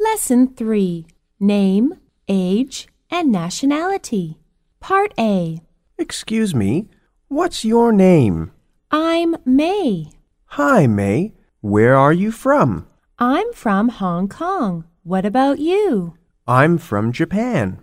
Lesson 3 Name, Age, and Nationality. Part A Excuse me, what's your name? I'm May. Hi, May. Where are you from? I'm from Hong Kong. What about you? I'm from Japan.